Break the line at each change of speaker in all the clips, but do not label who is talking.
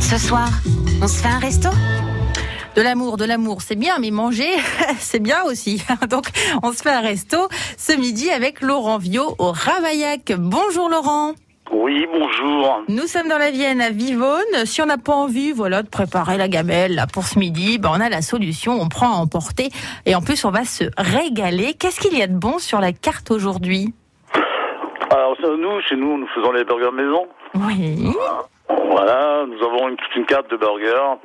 Ce soir, on se fait un resto
De l'amour, de l'amour, c'est bien, mais manger, c'est bien aussi. Donc, on se fait un resto ce midi avec Laurent Viau au Ravaillac. Bonjour Laurent.
Oui, bonjour.
Nous sommes dans la Vienne à Vivonne. Si on n'a pas envie, voilà, de préparer la gamelle là, pour ce midi, ben, on a la solution. On prend à emporter et en plus, on va se régaler. Qu'est-ce qu'il y a de bon sur la carte aujourd'hui
Alors, ça, nous, chez nous, nous faisons les burgers maison.
Oui.
Voilà, nous avons une, toute une carte de burgers.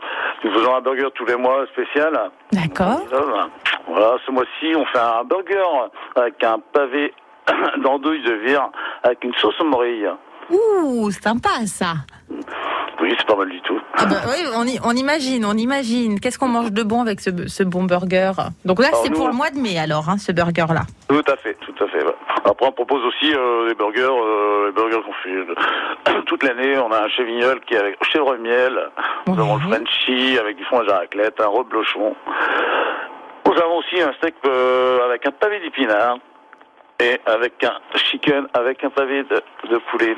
Nous faisons un burger tous les mois spécial.
D'accord.
Voilà, ce mois-ci, on fait un burger avec un pavé d'andouille de vire avec une sauce morille.
Ouh, sympa ça.
Oui, c'est pas mal du tout.
Ah ben, oui, on, i- on imagine, on imagine. Qu'est-ce qu'on mange de bon avec ce, ce bon burger Donc là,
Alors,
c'est
nous,
pour
on-
le mois de mai alors, hein, ce burger-là.
Tout à fait, tout à fait. ouais. Après, on propose aussi euh, les burgers, euh, les burgers qu'on fait toute l'année. On a un chevignol qui est avec chèvre miel. Nous avons le
Ouais.
Frenchy avec du fromage à raclette, un reblochon. Nous avons aussi un steak euh, avec un pavé d'épinards et avec un chicken avec un pavé de, de poulet.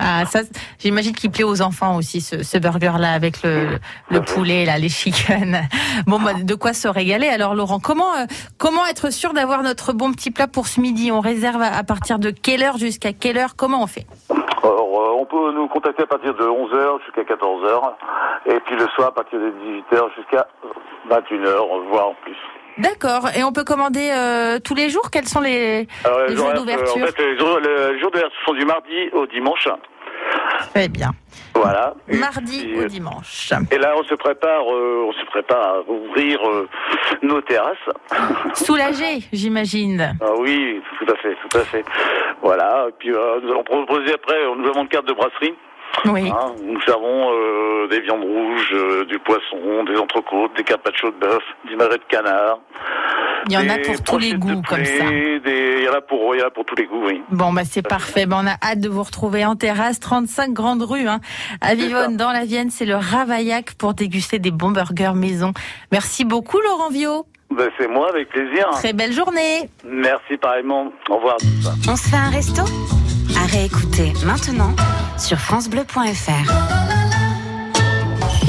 Ah, ça, j'imagine qu'il plaît aux enfants aussi, ce, ce burger-là, avec le, le poulet, là, les chicken. Bon, bah, de quoi se régaler. Alors, Laurent, comment, euh, comment être sûr d'avoir notre bon petit plat pour ce midi On réserve à, à partir de quelle heure jusqu'à quelle heure Comment on fait
Alors, euh, on peut nous contacter à partir de 11h jusqu'à 14h et puis le soir à partir de 18h jusqu'à 21h, voire en plus.
D'accord. Et on peut commander euh, tous les jours Quels sont les...
Alors,
Les jours d'ouverture.
en fait, les jours, les jours d'ouverture sont du mardi au dimanche.
Très eh bien.
Voilà. Et
Mardi
puis,
ou
euh,
dimanche.
Et là, on se prépare, euh, on se prépare à ouvrir euh, nos terrasses.
Soulagé, j'imagine.
Ah oui, tout à fait, tout à fait. Voilà. Et puis, euh, nous allons proposer après, euh, nous avons une carte de brasserie.
Oui.
hein. Nous avons euh, des viandes rouges, euh, du poisson, des entrecôtes, des carpaccio de bœuf, du marais de canard.
Il y en a
des
pour tous les
brochettes de
goûts, comme ça.
poulet, des- Il y en a pour, il y en a pour tous les goûts, oui.
Bon, bah, c'est parfait. Bah, on a hâte de vous retrouver en terrasse, 35 grandes rues, hein. à Vivonne, dans la Vienne. C'est le Ravaillac pour déguster des bons burgers maison. Merci beaucoup, Laurent Vio.
Ben, c'est moi, avec plaisir.
Très belle journée.
Merci pareillement. Au revoir.
On se fait un resto À réécouter maintenant sur FranceBleu.fr.